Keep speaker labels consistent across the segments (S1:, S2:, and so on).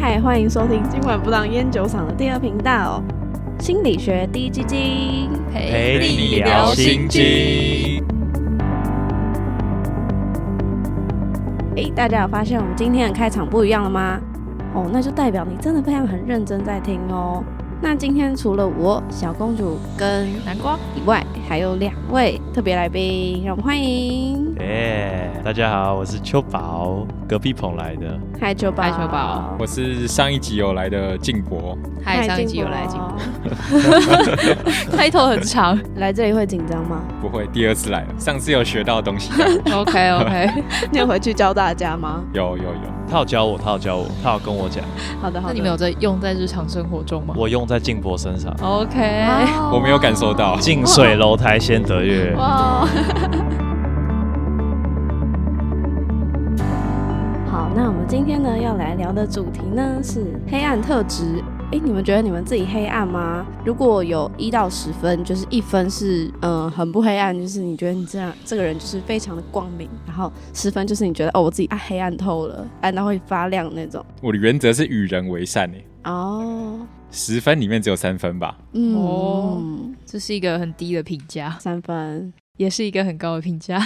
S1: 嗨，欢迎收听今晚不当烟酒嗓的第二频道心理学低基金。
S2: 陪你聊心经。
S1: 诶，大家有发现我们今天的开场不一样了吗？哦，那就代表你真的非常很认真在听哦。那今天除了我小公主跟
S3: 南瓜，
S1: 以外，还有两位特别来宾，让我们欢迎。
S2: 耶、哎大家好，我是秋宝，隔壁棚来的。
S1: 嗨，酒吧，
S3: 嗨秋宝
S4: 我是上一集有来的静博，
S3: 嗨，上一集有来
S1: 进
S3: 进，开头很长。
S1: 来这里会紧张吗？
S4: 不会第二次来了，上次有学到东西，
S3: OK OK，
S1: 你有回去教大家吗？
S4: 有有有，
S2: 他有教我，他有教我，他有跟我讲，
S1: 好的，好的。
S3: 那你们有在用在日常生活中吗
S2: 我用在静博身上。
S1: 啊
S3: ？OK，
S4: 哦 我没有感受到。
S2: 近水楼台先得月。
S1: 哇！ 好，那我们今天呢要来聊的主题呢是黑暗特质。诶，你们觉得你们自己黑暗吗？如果有一到十分，就是一分是嗯、呃很不黑暗，就是你觉得你这样这个人就是非常的光明，然后十分就是你觉得哦我自己啊黑暗透了，暗到会发亮那种。
S4: 我的原则是与人为善诶，
S1: 哦，
S4: 十分里面只有三分吧，
S1: 嗯，
S3: 哦这是一个很低的评价，
S1: 三分，
S3: 也是一个很高的评价。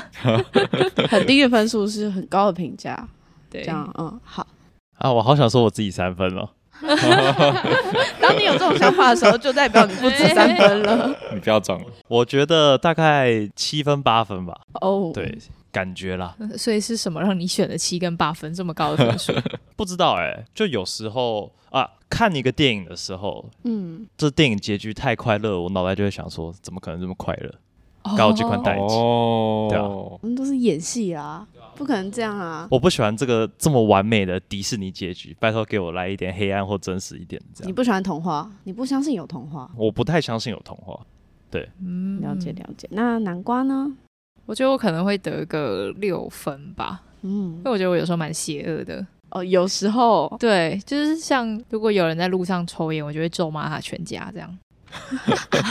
S1: 很低的分数是很高的评价，
S3: 对
S1: 这，样嗯好。
S2: 啊，我好想说我自己三分哦。
S1: 当你有这种想法的时候，就代表你 不止三分了。
S4: 你不要装了。
S2: 我觉得大概七分八分吧，
S1: 哦，
S2: 对，感觉啦，
S3: 所以是什么让你选了七跟八分这么高的分数？
S2: 不知道哎、就有时候啊，看一个电影的时候，
S1: 嗯，
S2: 这电影结局太快乐，我脑袋就会想说，怎么可能这么快乐？高级款代际对啊
S4: 哦，
S1: 我们都是演戏啊，不可能这样啊。
S2: 我不喜欢这个这么完美的迪士尼结局，拜托给我来一点黑暗或真实一点的这
S1: 你
S2: 样。
S1: 不喜欢童话，你不相信有童话。
S2: 我不太相信有童话，
S3: 嗯
S1: 了解。了解。那南瓜呢？
S3: 我觉得我可能会得个六分吧，
S1: 嗯
S3: 因为，我觉得我有时候蛮邪恶的。
S1: 哦，有时 候
S3: 对，就是像如果有人在路上抽烟，我就会咒骂他全家这样。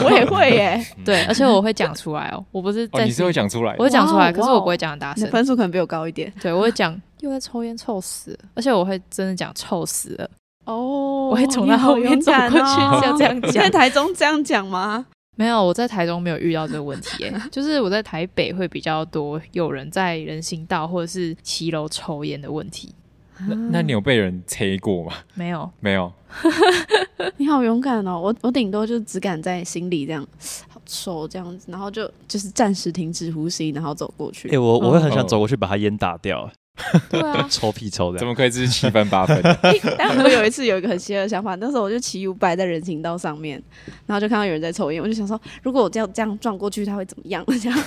S1: 我也会耶。
S3: 对，而且我会讲出来哦，我不是
S4: 哦，
S3: 在
S4: 你是会
S3: 心
S4: 讲出来的
S3: 我，会讲出
S1: 哇
S3: 来，
S1: 哦
S3: 可是
S1: 哇
S3: 我
S1: 哦
S3: 不会讲很大
S1: 你
S3: 声
S1: 的。分数可能比我高一点
S3: 对，我会讲 又在抽烟，臭死了。而且我会真的讲臭死了，
S1: 哦。
S3: 我会从他后面走过去，像这样
S1: 你哦 在
S3: 讲。
S1: 台中这样讲吗？
S3: 没有，我在台中没有遇到这个问题、 欸，就是我在台北会比较多有人在人行道或者是骑楼抽烟的问题，
S4: 那那你有被人催过吗？
S3: 没有。
S4: 没有，
S1: 你好勇敢哦！我我顶多就只敢在心里这样，好臭这样子，然后就就是暂时停止呼吸，然后走过去
S2: 哎、。我我会很想
S4: 嗯
S2: 走过去把他烟打掉、
S3: 对啊，
S2: 抽屁抽
S4: 怎
S2: 的。
S4: 么可以是七分 八分？
S1: 欸但我有一次有一个很邪恶的想法，那时候我就骑 U 摆在人行道上面，然后就看到有人在抽烟，我就想说，如果我这样这样撞过去，他会怎么样？这样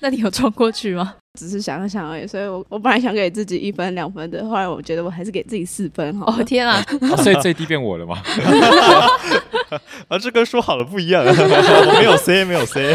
S3: 那你有撞过去吗？
S1: 只是想想而已。所以我我本来想给自己一分两分的，后来我觉得我还是给自己四分好
S3: 哦
S1: 了。
S3: 天 啊，
S4: 哦所以最低变我了吗？
S2: 啊，这跟说好了不一样，啊我没有 C，没有 C。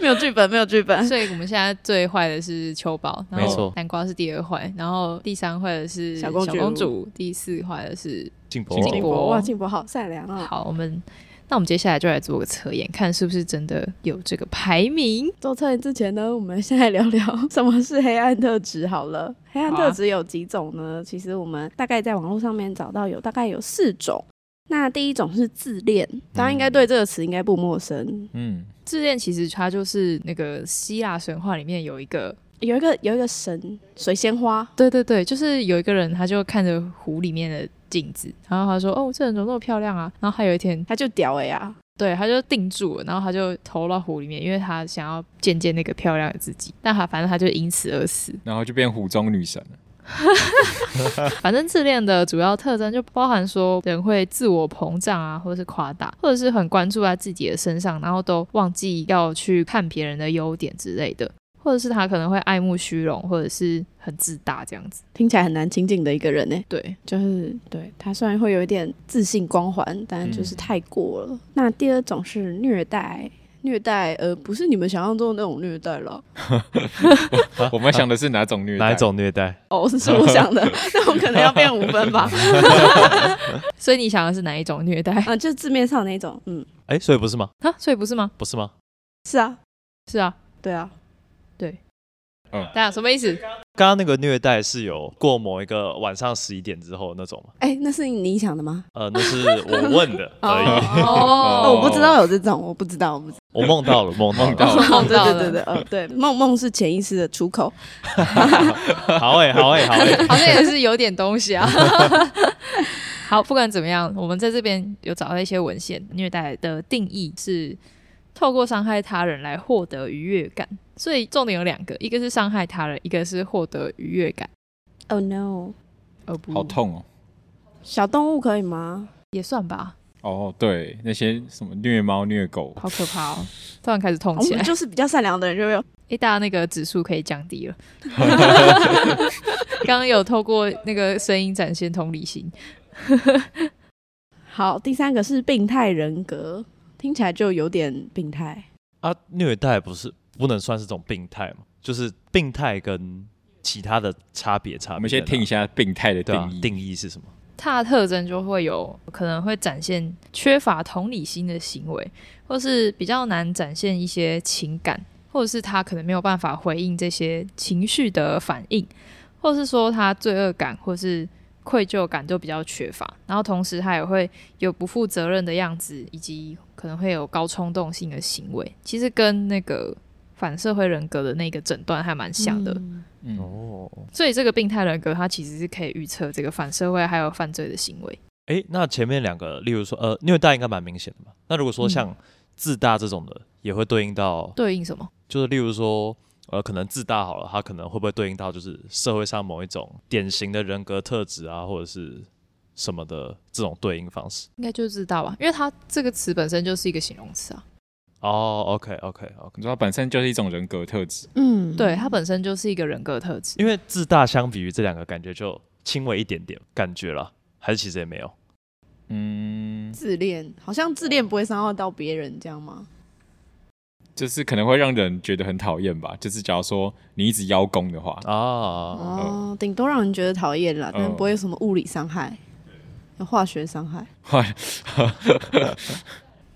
S1: 没有剧本，没有剧本。
S3: 所以我们现在最坏的是秋宝，然
S2: 没错
S3: 后南瓜是第二坏，然后第三坏的是
S1: 小公主
S3: 主，第四坏的是
S2: 进博
S4: 进
S1: 静
S3: 博
S1: 博哇，静博好善良啊！
S3: 好，我们那我们接下来就来做个测验，看是不是真的有这个排名。
S1: 做测验之前呢，我们先来聊聊什么是黑暗特质好了。黑暗特质有几种呢？其实我们大概在网络上面找到有大概有四种。那第一种是自恋，大家应该对这个词应该不陌生。
S4: 嗯，
S3: 自恋其实它就是那个希腊神话里面有一个，
S1: 有一个有一个神水仙花，
S3: 对对对，就是有一个人他就看着湖里面的镜子，然后他说：“哦，这人怎么那么漂亮啊？”然后他有一天，
S1: 他就屌哎、呀，
S3: 对，他就定住了，然后他就投到湖里面，因为他想要见见那个漂亮的自己。但他反正他就因此而死。
S4: 然后就变湖中女神了。
S3: 反正自恋的主要特征就包含说人会自我膨胀啊，或者是夸大，或者是很关注在自己的身上，然后都忘记要去看别人的优点之类的，或者是他可能会爱慕虚荣，或者是很自大这样子。
S1: 听起来很难亲近的一个人呢、
S3: 对，
S1: 就是对他虽然会有一点自信光环，但就是太过了。那第二种是虐待，虐待呃不是你们想象中的那种虐待了，
S4: 我们想的是哪种虐待？
S2: 哪一？种虐待？
S1: 哦是我想 的，那我可能要变五分吧。
S3: 所以你想的是哪一种虐待
S1: 啊，就字面上那种，嗯，
S2: 哎、所以不是吗？
S3: 啊？所以不是吗？
S2: 不是吗？
S1: 是啊，
S3: 是啊，
S1: 对啊，
S3: 大家什么意思？
S2: 刚刚那个虐待是有过某一个晚上十一点之后那种吗？
S1: 哎、那是你想的吗？
S2: 呃，那是我 问的而已，
S1: 哦，我不知道有这种，我不知道，我不知
S2: 我梦到了，梦到了。
S1: 道。
S3: 碰
S1: 对
S3: 到
S1: 对对
S3: 了
S1: 对，哦，对，梦梦是潜意识的出口。
S2: 好哎、好哎、好哎、
S3: 好像也是有点东西 啊。好，不管怎么样，我们在这边有找到一些文献，虐待的定义是透过伤害他人来获得愉悦感，所以重点有两个，一个是伤害他人，一个是获得愉悦感。
S1: Oh no，
S3: 哦不，
S4: 好痛哦。
S1: 小动物可以吗？
S3: 也算吧，
S4: 哦，对，那些什么虐猫虐
S2: 啊
S4: 狗，
S3: 好可怕 哦！突然开始痛
S1: 我
S3: 起
S1: 们
S3: 来，
S1: 就是比较善良的人，就没有。
S3: 诶，大家那个指数可以降低 了。 刚刚有透过那个声音展现同理心，
S1: 好，第三个是病态人格，听起来就有点病态。
S2: 啊，虐待不是不能算是种病态嘛？就是病态跟其他的差别差别在哪。
S4: 我们先听一下病态的
S2: 啊对啊
S4: 定义。
S2: 定义是什么？
S3: 它的特征就会有可能会展现缺乏同理心的行为，或是比较难展现一些情感，或者是他可能没有办法回应这些情绪的反应，或是说他罪恶感或是愧疚感都比较缺乏，然后同时他也会有不负责任的样子，以及可能会有高冲动性的行为，其实跟那个反社会人格的那个诊断还蛮像的。
S4: 嗯，
S2: 哦，
S3: 所以这个病态人格，它其实是可以预测这个反社会还有犯罪的行为。
S2: 哎、那前面两个，例如说呃，虐待应该蛮明显的嘛。那如果说
S4: 嗯
S2: 像自大这种的，也会对应到，
S3: 对应什么？
S2: 就是例如说。呃，可能自大好了，它可能会不会对应到就是社会上某一种典型的人格特质啊，或者是什么的这种对应方式？
S3: 应该就知道吧，因为它这个词本身就是一个形容词啊，
S2: 哦，OK，OK，OK、o k OK OK，
S4: 你知道本身就是一种人格特质，
S1: 嗯，
S3: 对，它本身就是一个人格特质。
S2: 因为自大相比于这两个，感觉就轻微一点点，感觉啦，还是其实也没有。
S4: 嗯，
S1: 自恋，好像自恋不会伤害到别人，这样吗？
S4: 就是可能会让人觉得很讨厌吧。就是假如说你一直邀功的话，
S2: 啊，
S1: 哦，顶多让人觉得讨厌啦，但
S4: 哦
S1: 不会有什么物理伤害，有化学伤害。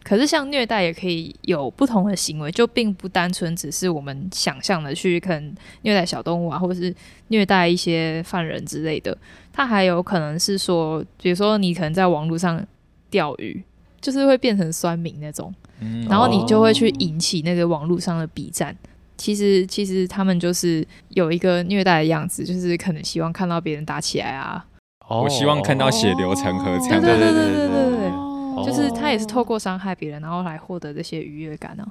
S3: 可是像虐待也可以有不同的行为，就并不单纯只是我们想象的去可能虐待小动物啊，或者是虐待一些犯人之类的。它还有可能是说，比如说你可能在网络上钓鱼，就是会变成酸民那种。
S4: 嗯
S3: 然后你就会去
S1: 哦
S3: 引起那个网络上的比战。其实，其实他们就是有一个虐待的样子，就是可能希望看到别人打起来啊，
S2: 哦
S4: 嗯我希望看到血流成河这样。
S3: 哦嗯对对对哦对对对
S4: 哦
S1: 对
S3: 就是他也是透过伤害别人，然后来获得这些愉悦感啊。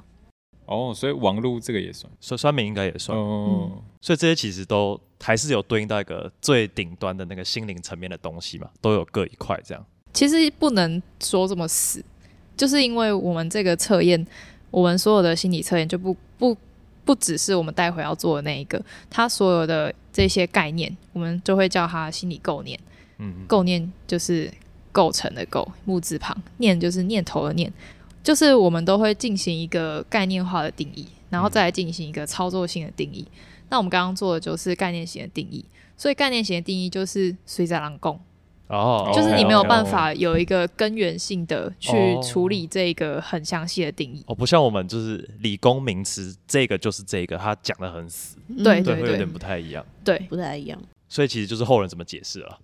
S4: 哦，所以网络这个也算。
S2: 酸酸民应该也算，
S4: 哦，
S3: 嗯
S2: 所以这些其实都还是有对应到一个最顶端的那个心灵层面的东西嘛，都有各一块这样。
S3: 其实不能说这么死，就是因为我们这个测验，我们所有的心理测验就不不不只是我们待会要做的那一个，它所有的这些概念，我们就会叫它心理构念。
S2: 嗯，
S3: 构念就是构成的构，木字旁；念就是念头的念，就是我们都会进行一个概念化的定义，然后再来进行一个操作性的定义。
S2: 嗯
S3: 那我们刚刚做的就是概念型的定义，所以概念型的定义就是随在狼共，
S2: 哦，
S3: 就是你没有办
S2: OK，OK，OK。
S3: 法有一个根源性的去处理这个很详细的定义。
S2: 哦，不像我们就是理工名词，这个就是这个，他讲的很死，
S3: 哎对
S2: 对，
S3: 对
S2: 会有点不太一样。
S3: 对，
S1: 嗯不太一样。
S2: 所以其实就是后人怎么解释了。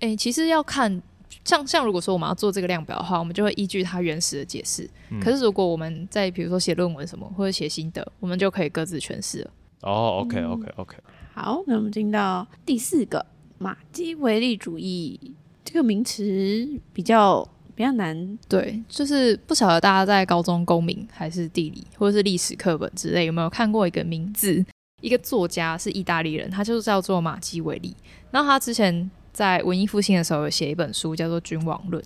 S3: 诶，其实要看。像像如果说我们要做这个量表的话，我们就会依据它原始的解释。
S2: 嗯
S3: 可是如果我们在比如说写论文什么或者写心得，我们就可以各自诠释了。
S2: 哦，OK OK OK，
S1: 好，那我们进到第四个马基维利主义这个名词比较比较难，
S3: 对，就是不晓得大家在高中公民还是地理或者是历史课本之类有没有看过一个名字，一个作家是意大利人，他就是叫做马基维利。然后他之前在文艺复兴的时候有写一本书叫做《君王论》，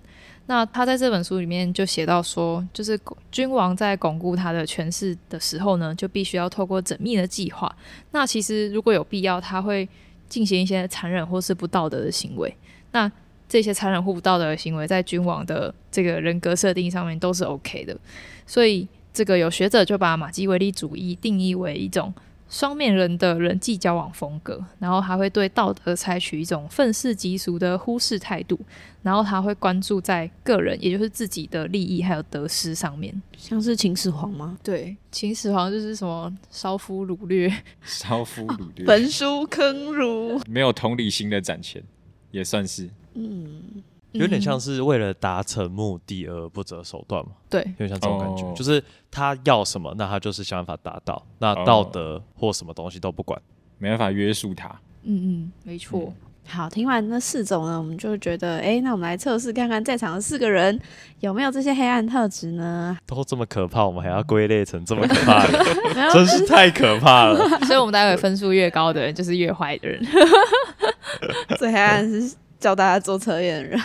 S3: 那他在这本书里面就写到说，就是君王在巩固他的权势的时候呢，就必须要透过缜密的计划。那其实如果有必要，他会进行一些残忍或是不道德的行为。那这些残忍或不道德的行为，在君王的这个人格设定上面都是 OK 的。所以，这个有学者就把马基维利主义定义为一种双面人的人际交往风格，然后他会对道德采取一种愤世嫉俗的忽视态度，然后他会关注在个人，也就是自己的利益还有得失上面。
S1: 像是秦始皇吗？
S3: 对，秦始皇就是什么烧夫掳掠，
S4: 烧夫
S3: 哦
S4: 掳
S1: 焚
S4: 掠，
S1: 书坑儒，
S4: 没有同理心的展现，也算是
S1: 嗯，
S2: 有点像
S3: 嗯
S2: 是为了达成目的而不择手段嘛，
S3: 对，
S2: 有点像这种感觉，
S4: 哦
S2: 就是他要什么，那他就是想办法达到，那道
S4: 哦
S2: 德或什么东西都不管。
S4: 没办法约束他。
S3: 嗯嗯，没错。
S1: 好，听完那四种呢，我们就觉得，哎，那我们来测试看看在场的四个人有没有这些黑暗特质呢？
S2: 都这么可怕，我们还要归类成这么可怕 的，
S1: 没有，
S2: 真是太可怕了。
S3: 所以我们待会分数越高的人就是越坏的人。
S1: 最黑暗是教大家做测验的人。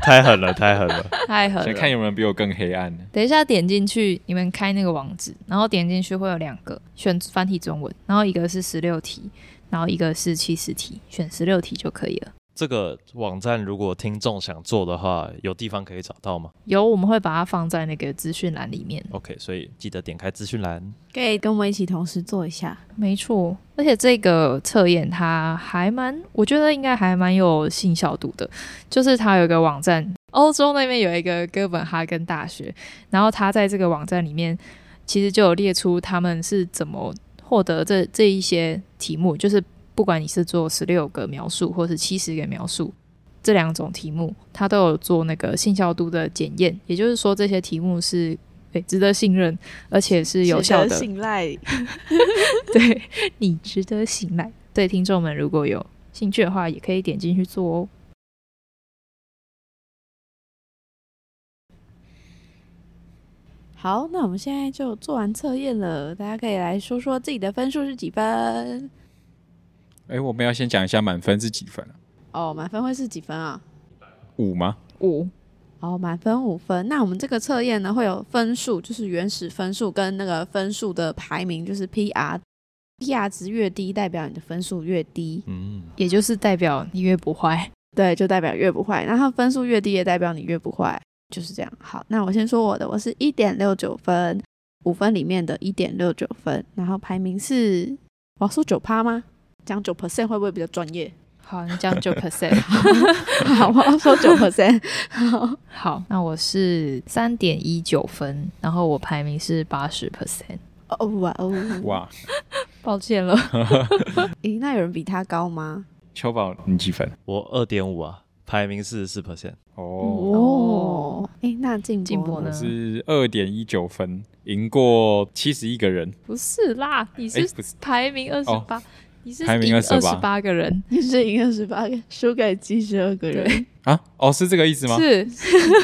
S2: 太狠了，太狠了！
S3: 太狠
S4: 想
S3: 了。
S4: 看有没有人比我更黑暗呢？
S3: 等一下点进去，你们开那个网址，然后点进去会有两个选繁体中文，然后一个是十六题，然后一个是七十题，选十六题就可以了。
S2: 这个网站如果听众想做的话，有地方可以找到吗
S3: 有我们会把它放在那个资讯栏里面。
S2: ？OK，所以记得点开资讯栏。
S1: 可以跟我们一起同时做一下。
S3: 没错，而且这个测验它还蛮，我觉得应该还蛮有信效度的。就是它有一个网站，欧洲那边有一个哥本哈根大学，然后它在这个网站里面其实就有列出他们是怎么获得这这一些题目，就是不管你是做十六个描述或是七十个描述。这两种题目，它都有做那个信效度的检验，也就是说，这些题目是诶值得信任，而且是有效的，
S1: 信赖。
S3: 对你值得信赖。对听众们，如果有兴趣的话，也可以点进去做哦。
S1: 好，那我们现在就做完测验了，大家可以来说说自己的分数是几分？
S4: 哎，我们要先讲一下满分是几分啊？
S1: 哦，满分会是几分啊？
S4: 五吗？
S3: 五
S1: 哦，满分五分。那我们这个测验呢，会有分数，就是原始分数跟那个分数的排名，就是 PR。PR 值越低，代表你的分数越低，
S2: 嗯，
S3: 也就是代表你越不坏。
S1: 对，就代表越不坏。然后分数越低，也代表你越不坏，就是这样。好，那我先说我的，我是一点六九分，五分里面的一点六九分，然后排名是，我要说九趴吗？讲九 percent 会不会比较专业？
S3: 好，你讲 九 percent。
S1: 好，我要说九 percent。好，
S3: 好，那我是三点一九分，然后我排名是八十 percent。
S1: 哦哇哦，
S4: 哇，
S3: 抱歉了，
S1: 咦，那有人比他高吗？
S4: 秋宝你几分？
S2: 我二点五啊，排名四十四 percent。
S4: 哦，
S1: 哦，哎，那静
S3: 静博
S1: 呢？
S3: 呢
S4: 我？是二点一九分，赢过七十一个人。
S3: 不是啦，你
S4: 哎
S3: 是，
S4: 不是，
S3: 排名二十
S4: 哦
S3: 八，你是
S4: 排名
S3: 赢二
S4: 28
S3: 十八个人，
S1: 你是赢了十八个，输给七十二个人
S3: 对
S4: 啊，哦，是这个意思吗？
S3: 是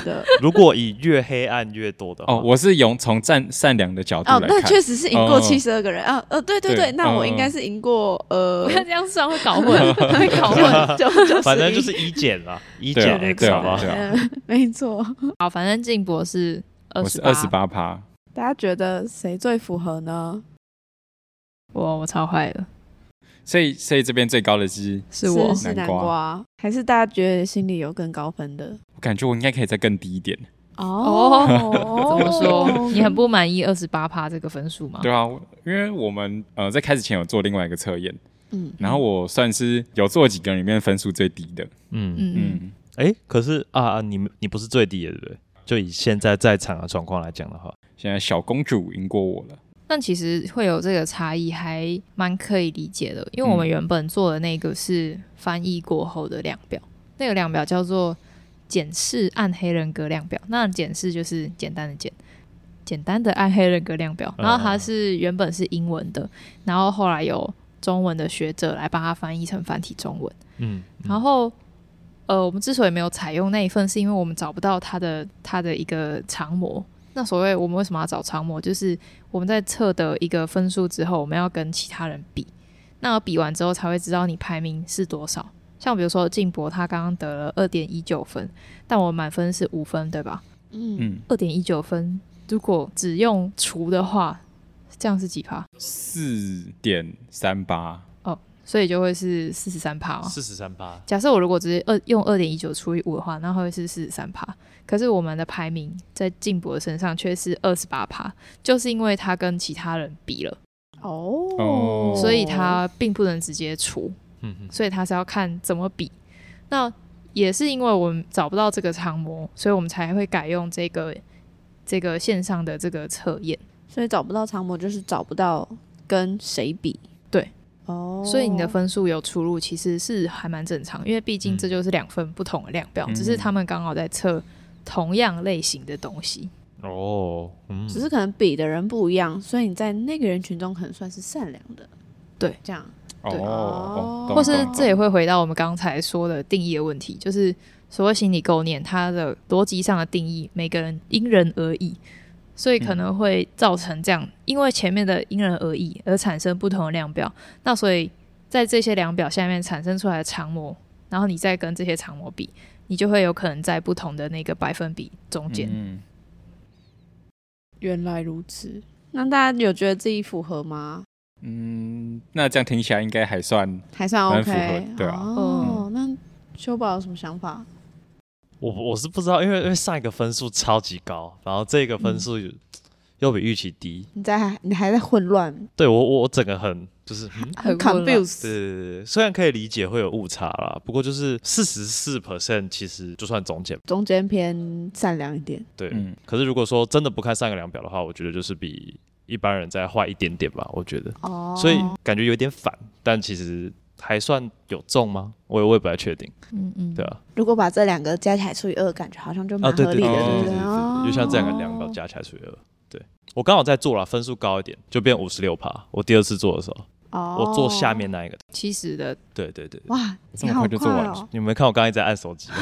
S1: 的。
S2: 如果以越黑暗越多的话，
S4: 哦，我是用从善善良的角度
S1: 哦，
S4: 来
S1: 那
S4: 看，
S1: 确实是赢过
S4: 哦
S1: 七十二个人啊。呃，对对对，
S4: 对
S1: 那我
S4: 嗯
S1: 应该是赢过呃
S3: 不，要这样算会搞混， 会搞混。
S1: 就就是
S2: 反正就是一减啦，一
S4: 对啊
S2: 减
S1: 对
S2: X
S4: 对
S2: 好
S4: 啊
S2: 不好
S4: 对？啊，
S1: 嗯没错。
S3: 好，反正静博是二
S4: 我
S3: 十
S4: 是
S3: 八，
S4: 二十八趴，
S1: 大家觉得谁最符合呢？
S3: 哇，我超坏了，
S4: 所以所以这边最高的是，
S3: 是我
S1: 是南
S4: 南
S1: 瓜，
S4: 瓜
S1: 还是大家觉得心里有更高分的？
S4: 我感觉我应该可以再更低一点。
S1: 哦
S3: 怎么说？ 你很不满意二十八趴这个分数吗？
S4: 对啊，我因为我们呃在开始前有做另外一个测验，
S1: 嗯，
S4: 然后我算是有做几个里面分数最低的。
S2: 嗯，
S3: 嗯，
S4: 嗯，
S2: 哎、可是啊，你们你不是最低的对不对？就以现在在场的状况来讲的话，
S4: 现在小公主赢过我了。
S3: 但其实会有这个差异，还蛮可以理解的，因为我们
S4: 嗯
S3: 原本做的那个是翻译过后的量表，那个量表叫做检视暗黑人格量表，那检视就是简单的检。简单的暗黑人格量
S4: 啊
S3: 表，
S2: 嗯
S3: 然后它是原本是英文的，然后后来有中文的学者来帮它翻译成繁体中文。
S2: 嗯，
S3: 然后，呃，我们之所以没有采用那一份，是因为我们找不到它的它的一个长模。那所谓我们为什么要找长模，就是我们在测的一个分数之后，我们要跟其他人比，那比完之后才会知道你排名是多少。像比如说静博，他刚刚得了二点一九分，但我满分是五分，对吧？
S1: 嗯，
S4: 嗯，
S3: 二点一九分，如果只用除的话，这样是几趴？
S4: 四点三八，
S3: 所以就会是四十三趴嘛。
S2: 四十三趴，
S3: 假设我如果直接二用二点一九除以五的话，那会是四十三趴。可是我们的排名在静博身上却是二十八趴，就是因为他跟其他人比了，
S1: 哦
S4: 哦，
S3: 所以它并不能直接除，
S2: 嗯嗯，
S3: 所以它是要看怎么比。那也是因为我们找不到这个长模，所以我们才会改用这个这个线上的这个测验。
S1: 所以找不到长模就是找不到跟谁比，
S3: 对，
S1: 哦，
S3: 所以你的分数有出入，其实是还蛮正常，因为毕竟这就是两份不同的量表，
S4: 嗯
S3: 只是他们刚好在测同样类型的东西。
S2: 哦，嗯，
S1: 只是可能比的人不一样，所以你在那个人群中可能算是善良的，
S3: 对，
S1: 这样
S4: 哦
S3: 对
S4: 哦，懂
S3: 或是
S4: 懂
S3: 这也会回到我们刚才说的定义的问题，就是所谓心理构念，它的逻辑上的定义，每个人因人而异，所以可能会造成这样，因为前面的因人而异而产生不同的量表，那所以在这些量表下面产生出来的长模，然后你再跟这些长模比，你就会有可能在不同的那个百分比中间。
S4: 嗯
S1: 原来如此。那大家有觉得自己符合吗？
S4: 嗯，那这样听起来应该还算
S1: 还算
S4: 蛮
S1: OK，
S4: 符合对啊
S3: 嗯
S1: 哦，那修宝有什么想法？
S2: 我我是不知道，因为因为上一个分数超级高，然后这个分数又又比预期低，
S1: 你在你还在混乱，
S2: 对我我我整个很就是嗯。
S1: 很
S3: 混乱
S1: confused。
S2: 是，虽然可以理解会有误差啦，不过就是四十四 percent 其实就算总减，
S1: 中间偏善良一点，
S2: 对。
S4: 嗯
S2: 可是如果说真的不看上个量表的话，我觉得就是比一般人再坏一点点吧，我觉得，
S1: 哦，
S2: 所以感觉有点反，但其实还算有中吗？我也我也不太确定，
S3: 嗯嗯
S2: 对啊，
S1: 如果把这两个加起来除以二，感觉好像就蛮
S2: 啊对
S1: 合
S2: 对
S1: 理
S2: 对
S1: 的，
S2: 对
S4: 对
S1: 对
S2: 对
S1: 不
S2: 对
S1: 对？
S2: 对，就像这两个量表
S1: 哦
S2: 加起来除以二，对我刚好在做了，分数高一点，就变五十六趴，我第二次做的时候，
S1: 哦，
S2: 我做下面那一个，
S3: 七十的
S2: 对对对。对
S1: 哇，
S4: 这
S1: 你
S4: 么
S1: 好
S4: 快就做完了
S1: 哦！
S2: 你们看我刚才在按手机吗，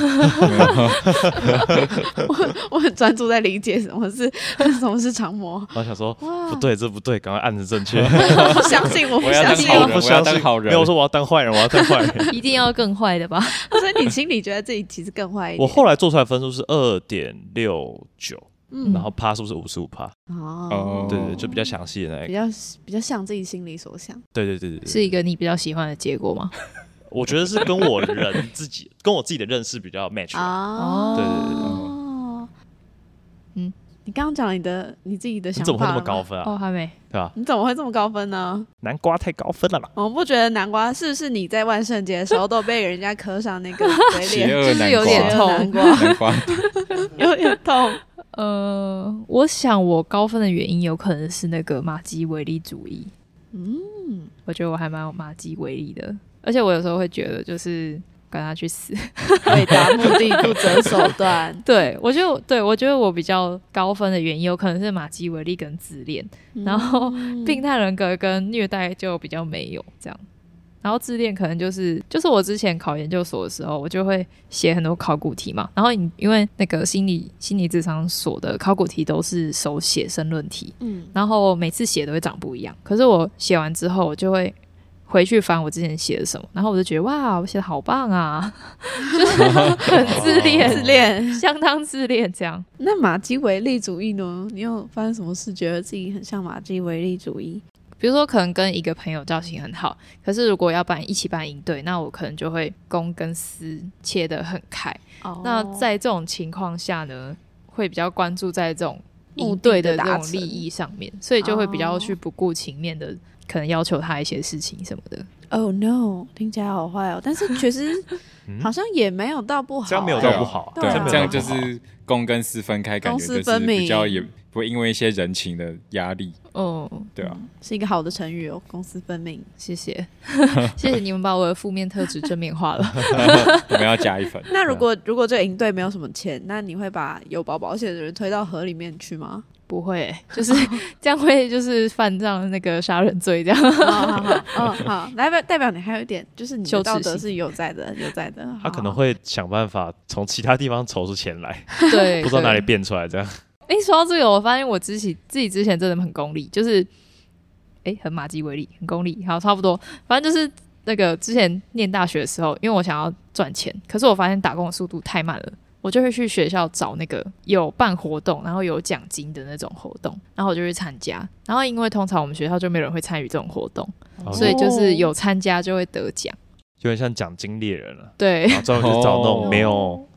S1: 我很专注在理解什么是什么是长 模，
S2: 然后想说
S1: 哇
S2: 不对，这不对，赶快按着正 确。
S1: 不相信，我不
S4: 我要
S1: 相
S4: 当
S1: 信，
S4: 好人
S2: 不相
S4: 我要当
S2: 信
S4: 好人
S2: 没有我说我要当坏人，我要当坏人。
S3: 一定要更坏的吧？
S1: 所以你心里觉得自己其实更坏一
S2: 我
S1: 点。
S2: 后来做出来分数是二点六九，
S1: 嗯
S2: 然后趴数是五十五趴，
S4: 呃
S1: 哦，
S2: 对对，对就比较详细的那一
S1: 比
S2: 个。
S1: 较比较像自己心里所想，
S2: 对对对对对，
S3: 是一个你比较喜欢的结果吗？
S2: 我觉得是跟我 人自己跟我自己的认识比较 match 吧。
S1: 哦，
S2: 对对对
S1: 哦，
S3: 嗯，
S1: 你刚刚讲你的你自己的
S2: 你
S1: 想法，
S2: 怎么会那么高？分啊？
S3: 哦，还没。
S2: 对吧？
S1: 你怎么会这么高分呢？
S2: 南瓜太高分了吧？
S1: 我们不觉得南瓜是不是你在万圣节的时候都被人家磕上那个嘴
S4: 邪
S1: 脸，
S4: 恶
S3: 就是有
S1: 邪
S3: 点
S4: 南
S1: 恶南瓜
S4: 瓜，南瓜，
S1: 有点痛？
S3: 呃，我想我高分的原因有可能是那个马基维利主义。
S1: 嗯，
S3: 我觉得我还蛮有马基维利的，而且我有时候会觉得就是管他去死。。
S1: 为达目的不择手段
S3: 对我就对我觉得我比较高分的原因有可能是马基维利跟自恋，然后
S1: 嗯
S3: 病态人格跟虐待就比较没有这样。然后自恋可能就是就是我之前考研究所的时候，我就会写很多考古题嘛。然后你因为那个心理心理智商所的考古题都是手写申论题，
S1: 嗯
S3: 然后每次写都会长不一样。可是我写完之后，我就会回去翻我之前写的什么，然后我就觉得哇，我写的好棒啊，就是很自恋，
S1: 自恋。
S3: 相当自恋这样。
S1: 那马基维利主义呢？你有发生什么事觉得自己很像马基维利主义？
S3: 比如说，可能跟一个朋友交情很好，可是如果要办一起办营队，那我可能就会公跟私切得很开。
S1: 哦
S3: 那在这种情况下呢，会比较关注在这种
S1: 目
S3: 应
S1: 的
S3: 对
S1: 的
S3: 的哦这
S1: 达
S3: 种
S1: 成
S3: 利益上面，所以就会比较
S1: 哦
S3: 去不顾情面的，可能要求他一些事情什么的。
S1: Oh no，听起来好坏哦，但是确实
S2: 嗯
S1: 好像也没有到不好、
S2: 这样没有
S1: 哎
S4: 对
S2: 到
S4: 啊
S2: 不好，
S1: 对啊
S2: 没有
S4: 这样
S2: 到
S4: 就
S2: 不好
S4: 是公跟私分开，感
S1: 公
S4: 觉
S1: 私
S4: 就是
S1: 分明
S4: 比较也不会因为一些人情的压力，
S3: 哦，
S4: 对啊，
S1: 是一个好的成语哦，公私分明。。
S3: 谢谢，谢谢你们把我的负面特质正面化了。
S4: 我们要加一分
S2: 啊
S4: 啊
S1: 那如果、如果这个营队没有什么钱，那你会把有保保险的人推到河里面去吗？
S3: 不会，就是 这样会就是犯上那个杀人罪这样。
S1: 哦好好，嗯好，代表代表你还有一点，就是你
S3: 羞
S1: 的
S3: 耻
S1: 道德
S3: 心
S1: 是有在的，有在的。
S2: 他可能
S1: 好
S2: 会想办法从其他地方筹出钱来，
S3: 对，
S2: 不知道哪里
S3: 对。
S2: 变出来这样。
S3: 哎、说到这个，我发现我自己自己之前真的很功利，就是哎、诶很马基维利，很功利，好，差不多，反正就是那个之前念大学的时候，因为我想要赚钱，可是我发现打工的速度太慢了。我就会去学校找那个有办活动，然后有奖金的那种活动，然后我就去参加。然后因为通常我们学校就没有人会参与这种活动，
S2: 哦
S3: 所以就是有参加就会得奖。
S2: 有点像奖金猎人了，
S3: 对
S2: 然后专门去找那种
S4: 哦
S2: 没有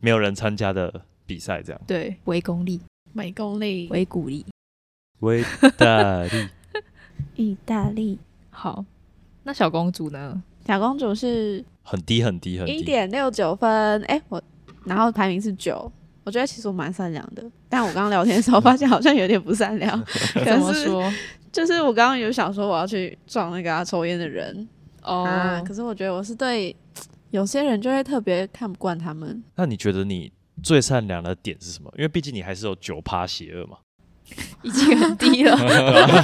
S2: 没有人参加的比赛这样。
S3: 对，围功利，
S1: 没功力，
S3: 围鼓励。
S2: 维大利，
S1: 一意大利。
S3: 好，那小公主呢？
S1: 小公主是
S2: 很低很低很
S1: 一
S2: 低。
S1: 点六九分，哎、我然后排名是九。我觉得其实我蛮善良的，但我刚刚聊天的时候发现好像有点不 善良。
S3: 怎
S1: 可
S3: 么
S1: 是
S3: 说？
S1: 就是我刚刚有想说我要去撞那个、啊、抽烟的人、
S3: 哦、
S1: 啊，可是我觉得我是对有些人就会特别看不惯他们。
S2: 那你觉得你最善良的点是什么？因为毕竟你还是有九趴邪恶嘛。
S3: 已经很低了，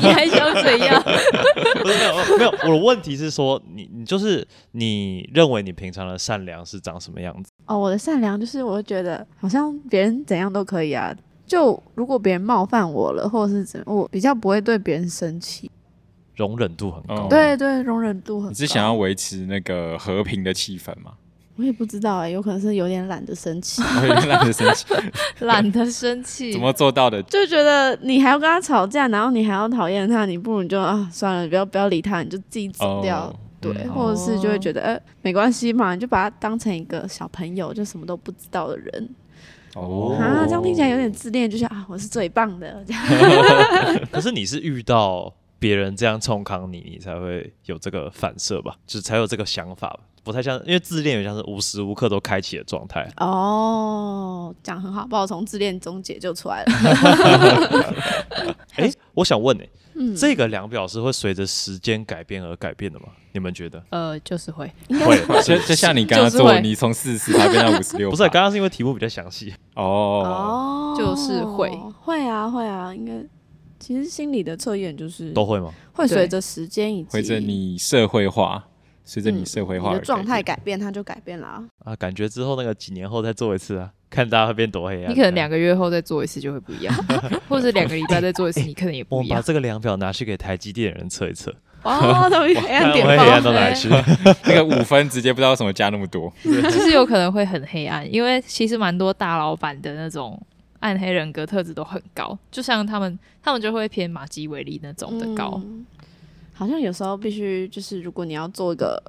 S3: 你还想怎 样？
S2: 不是没有没有，我的问题是说，你你就是你认为你平常的善良是长什么样子？
S1: 哦，我的善良就是我会觉得好像别人怎样都可以啊，就如果别人冒犯我了，或者是怎，我比较不会对别人生气。
S2: 容忍度很高。
S4: 哦
S1: 对对，容忍度很高。
S4: 你是想要维持那个和平的气氛 吗？
S1: 我也不知道哎、有可能是有点懒得生气，
S4: 我有点懒得生气，
S3: 懒得生气，
S4: 怎么做到的？
S1: 就觉得你还要跟他吵架，然后你还要讨厌他，你不如你就啊算了，不要不要理他，你就自己走掉。
S4: 哦，
S1: 对，啊
S4: 嗯
S1: 或者是就会觉得，呃，没关系嘛，你就把他当成一个小朋友，就什么都不知道的人、
S4: 哦
S1: 啊，这样听起来有点自恋，就是啊，我是最棒的这样。
S2: 可是你是遇到别人这样冲康你，你才会有这个反射吧？就是才有这个想法吧，不太像，因为自恋有点像是无时无刻都开启的状态。
S1: 哦，讲很好，把我从自恋中解救出来了。
S2: 诶，我想问诶、欸
S1: 嗯，
S2: 这个量表是会随着时间改变而改变的吗？你们觉得？
S3: 呃，就是会
S2: 会，
S4: 就就像你刚刚
S3: 就是
S4: 做，
S3: 会
S4: 你从四十才变到五十六，
S2: 不是啊刚刚是因为题目比较详细，
S4: 哦，
S1: 哦，
S3: 就是会
S1: 会啊会啊，应该其实心理的测验就是
S2: 都会吗？
S1: 会随
S3: 对
S1: 着时间以及
S4: 随着你社会化，随着你
S1: 嗯
S4: 社会
S1: 你
S4: 化
S1: 的状态
S4: 改
S1: 改变，它就改变了 啊。
S2: 啊，感觉之后那个几年后再做一次啊，看大家会变多黑啊。
S3: 你可
S2: 这
S3: 能
S2: 样
S3: 两个月后再做一次就会不一样，或者两个礼拜再做一次，你可能也
S2: 我
S3: 不
S2: 们
S3: 一
S2: 把
S3: 样。
S2: 这个量表拿去给台积电的人测一测，
S1: 哦，都黑暗点
S2: 看
S4: 啊
S2: 黑暗
S1: 爆，
S2: 到哪里去？
S4: 变，那个五分直接不知道为什么加那么多，
S3: 其实有可能会很黑暗，因为其实蛮多大老板的那种暗黑人格特质都很高，就像他们，他们就会偏马基维利那种的高。
S1: 嗯好像有时候必须就是，如果你要做一个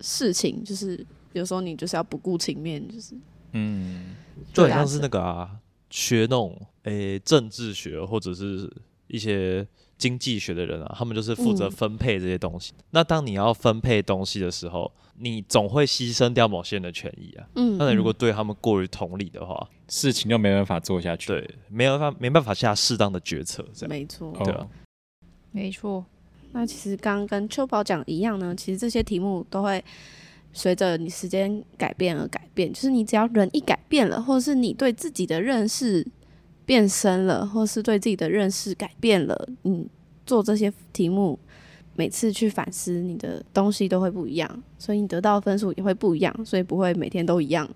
S1: 事情，就是有时候你就是要不顾情面，就是
S4: 嗯，
S2: 就
S1: 对啊
S2: 很像是那个啊，学那种诶、政治学或者是一些经济学的人啊，他们就是负责
S1: 嗯
S2: 分配这些东西。那当你要分配东西的时候，你总会牺牲掉某些人的权益啊。
S1: 嗯
S2: 那你如果对他们过于同理的话，
S4: 事情就没办法做下去，，
S2: 对，没有办法没办法下适当的决策，这样
S1: 没错。
S2: 对啊
S4: 哦，
S3: 没错，
S1: 那其实刚刚跟秋宝讲一样呢，其实这些题目都会随着你时间改变而改变。就是你只要人一改变了，或者是你对自己的认识变深了，或是对自己的认识改变了，你做这些题目，每次去反思你的东西都会不一样，所以你得到的分数也会不一样，所以不会每天都一样。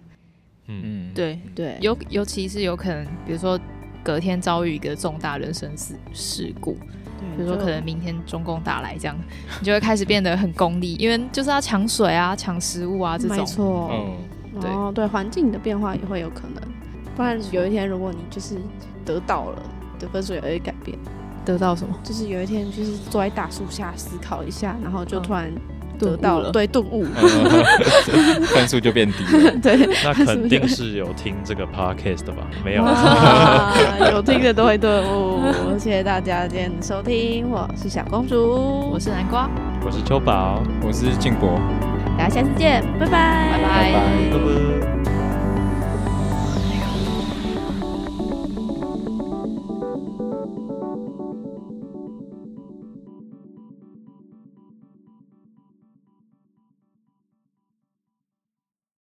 S2: 嗯，
S4: 嗯，
S3: 对，
S1: 对，
S3: 尤尤其是有可能，比如说隔天遭遇一个重大人生事事故，比
S1: 比
S3: 如说可能明天中共打来这样， 你就会开始变得很功利，因为就是要抢水啊、抢食物啊这
S1: 没
S3: 种。
S1: 错，
S4: 哦，
S3: 对
S1: 然后对环境的变化也会有可能。不然有一天，如果你就是得到了，你的分数也会改变。
S3: 得到什么？
S1: 就是有一天，就是坐在大树下思考一下，然后就
S3: 嗯
S1: 突然
S3: 顿
S1: 得
S3: 悟
S1: 到
S3: 了
S1: 对顿悟，
S4: 嗯分数就变低了，
S1: 对，
S2: 那肯定是有听这个 podcast 的吧？没有啊，
S1: 哇，有听的都会顿悟。谢谢大家今天的收听，我是小公主，
S3: 我是南瓜，
S2: 我是秋宝，
S4: 我是静博。
S1: 大家下次见，拜拜，
S3: 拜
S4: 拜
S3: 拜
S4: 拜
S2: 拜拜。